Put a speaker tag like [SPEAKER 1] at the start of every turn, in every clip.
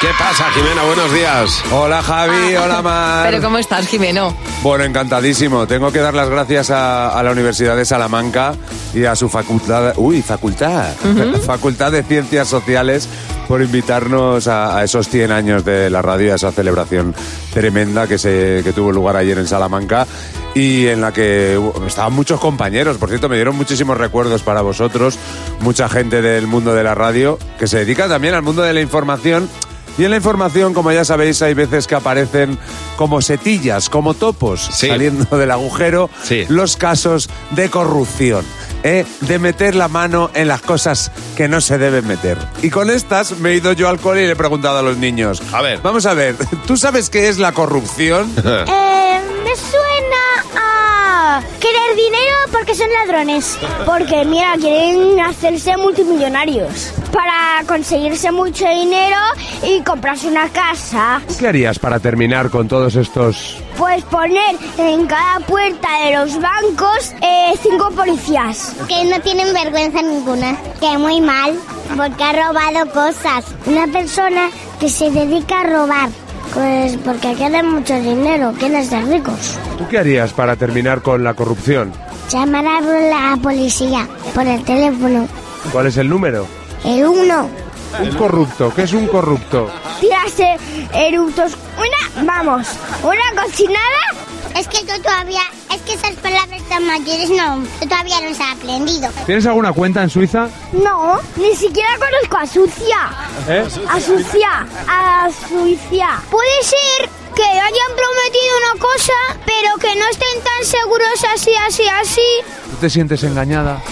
[SPEAKER 1] ¿Qué pasa, Jimena? Buenos días.
[SPEAKER 2] Hola Javi, hola Mar.
[SPEAKER 3] Ah. Pero ¿cómo estás, Jimeno?
[SPEAKER 2] Bueno, encantadísimo. Tengo que dar las gracias a, a la Universidad de Salamanca y a su facultad, uy, facultad, facultad de Ciencias Sociales por invitarnos a, a esos 100 años de la radio, y a esa celebración tremenda que se que tuvo lugar ayer en Salamanca y en la que hubo- estaban muchos compañeros. Por cierto, me dieron muchísimos recuerdos para vosotros, mucha gente del mundo de la radio que se dedica también al mundo de la información y en la información, como ya sabéis, hay veces que aparecen como setillas, como topos,
[SPEAKER 1] Sí.
[SPEAKER 2] saliendo del agujero,
[SPEAKER 1] Sí.
[SPEAKER 2] los casos de corrupción, ¿eh? de meter la mano en las cosas que no se deben meter. Y con estas me he ido yo al cole y le he preguntado a los niños.
[SPEAKER 1] A ver.
[SPEAKER 2] Vamos a ver, ¿tú sabes qué es la corrupción?
[SPEAKER 4] Eh, me suena a querer dinero porque son ladrones. Porque, mira, quieren hacerse multimillonarios para conseguirse mucho dinero y comprarse una casa.
[SPEAKER 2] ¿Qué harías para terminar con todos estos...
[SPEAKER 4] Pues poner en cada puerta de los bancos eh, cinco policías.
[SPEAKER 5] Que no tienen vergüenza ninguna. Que muy mal, porque ha robado cosas.
[SPEAKER 4] Una persona que se dedica a robar. Pues porque aquí dan mucho dinero, quieren ser ricos.
[SPEAKER 2] ¿Tú qué harías para terminar con la corrupción?
[SPEAKER 4] Llamar a la policía por el teléfono.
[SPEAKER 2] ¿Cuál es el número?
[SPEAKER 4] El uno.
[SPEAKER 2] Un corrupto, ¿qué es un corrupto?
[SPEAKER 4] tirarse eructos. Una, vamos, una cochinada.
[SPEAKER 5] Es que tú todavía, es que esas palabras tan mayores no, tú todavía no las has aprendido.
[SPEAKER 6] ¿Tienes alguna cuenta en Suiza?
[SPEAKER 4] No, ni siquiera conozco a sucia.
[SPEAKER 6] ¿Eh?
[SPEAKER 4] A sucia, a sucia. Puede ser que hayan prometido una cosa, pero que no estén tan seguros así, así, así.
[SPEAKER 6] ¿Tú te sientes engañada?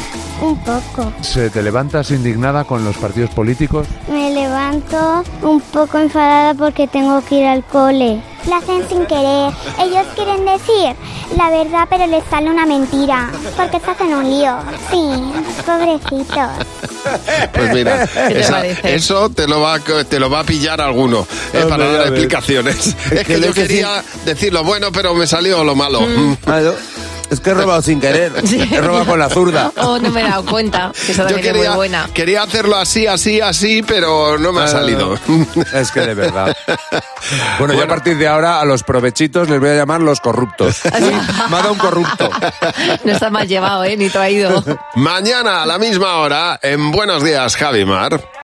[SPEAKER 4] Un poco.
[SPEAKER 6] ¿Se te levantas indignada con los partidos políticos?
[SPEAKER 5] Me levanto un poco enfadada porque tengo que ir al cole. La hacen sin querer. Ellos quieren decir la verdad, pero les sale una mentira. Porque se hacen un lío. Sí, pobrecitos.
[SPEAKER 1] Pues mira,
[SPEAKER 3] te
[SPEAKER 1] esa-
[SPEAKER 3] parece?
[SPEAKER 1] eso te lo va, a co- te lo va a pillar alguno eh,
[SPEAKER 2] Hombre,
[SPEAKER 1] para
[SPEAKER 2] ya
[SPEAKER 1] dar
[SPEAKER 2] ves.
[SPEAKER 1] explicaciones. Es que
[SPEAKER 2] que
[SPEAKER 1] yo
[SPEAKER 2] lo que
[SPEAKER 1] quería decir lo bueno, pero me salió lo malo. Mm.
[SPEAKER 2] Es que he robado sin querer, he robado con la zurda.
[SPEAKER 3] Oh, no me he dado cuenta, que esa
[SPEAKER 1] Ah. Yo
[SPEAKER 3] también es muy
[SPEAKER 1] quería,
[SPEAKER 3] buena.
[SPEAKER 1] quería hacerlo así, así, así, pero no me ha salido.
[SPEAKER 2] Es que de verdad. Bueno, yo a partir de ahora a los provechitos les voy a llamar los corruptos. Uy, me ha dado un corrupto.
[SPEAKER 3] No está mal llevado, ¿eh? Ni traído.
[SPEAKER 1] Mañana a la misma hora, en Buenos Días, Javi Mar.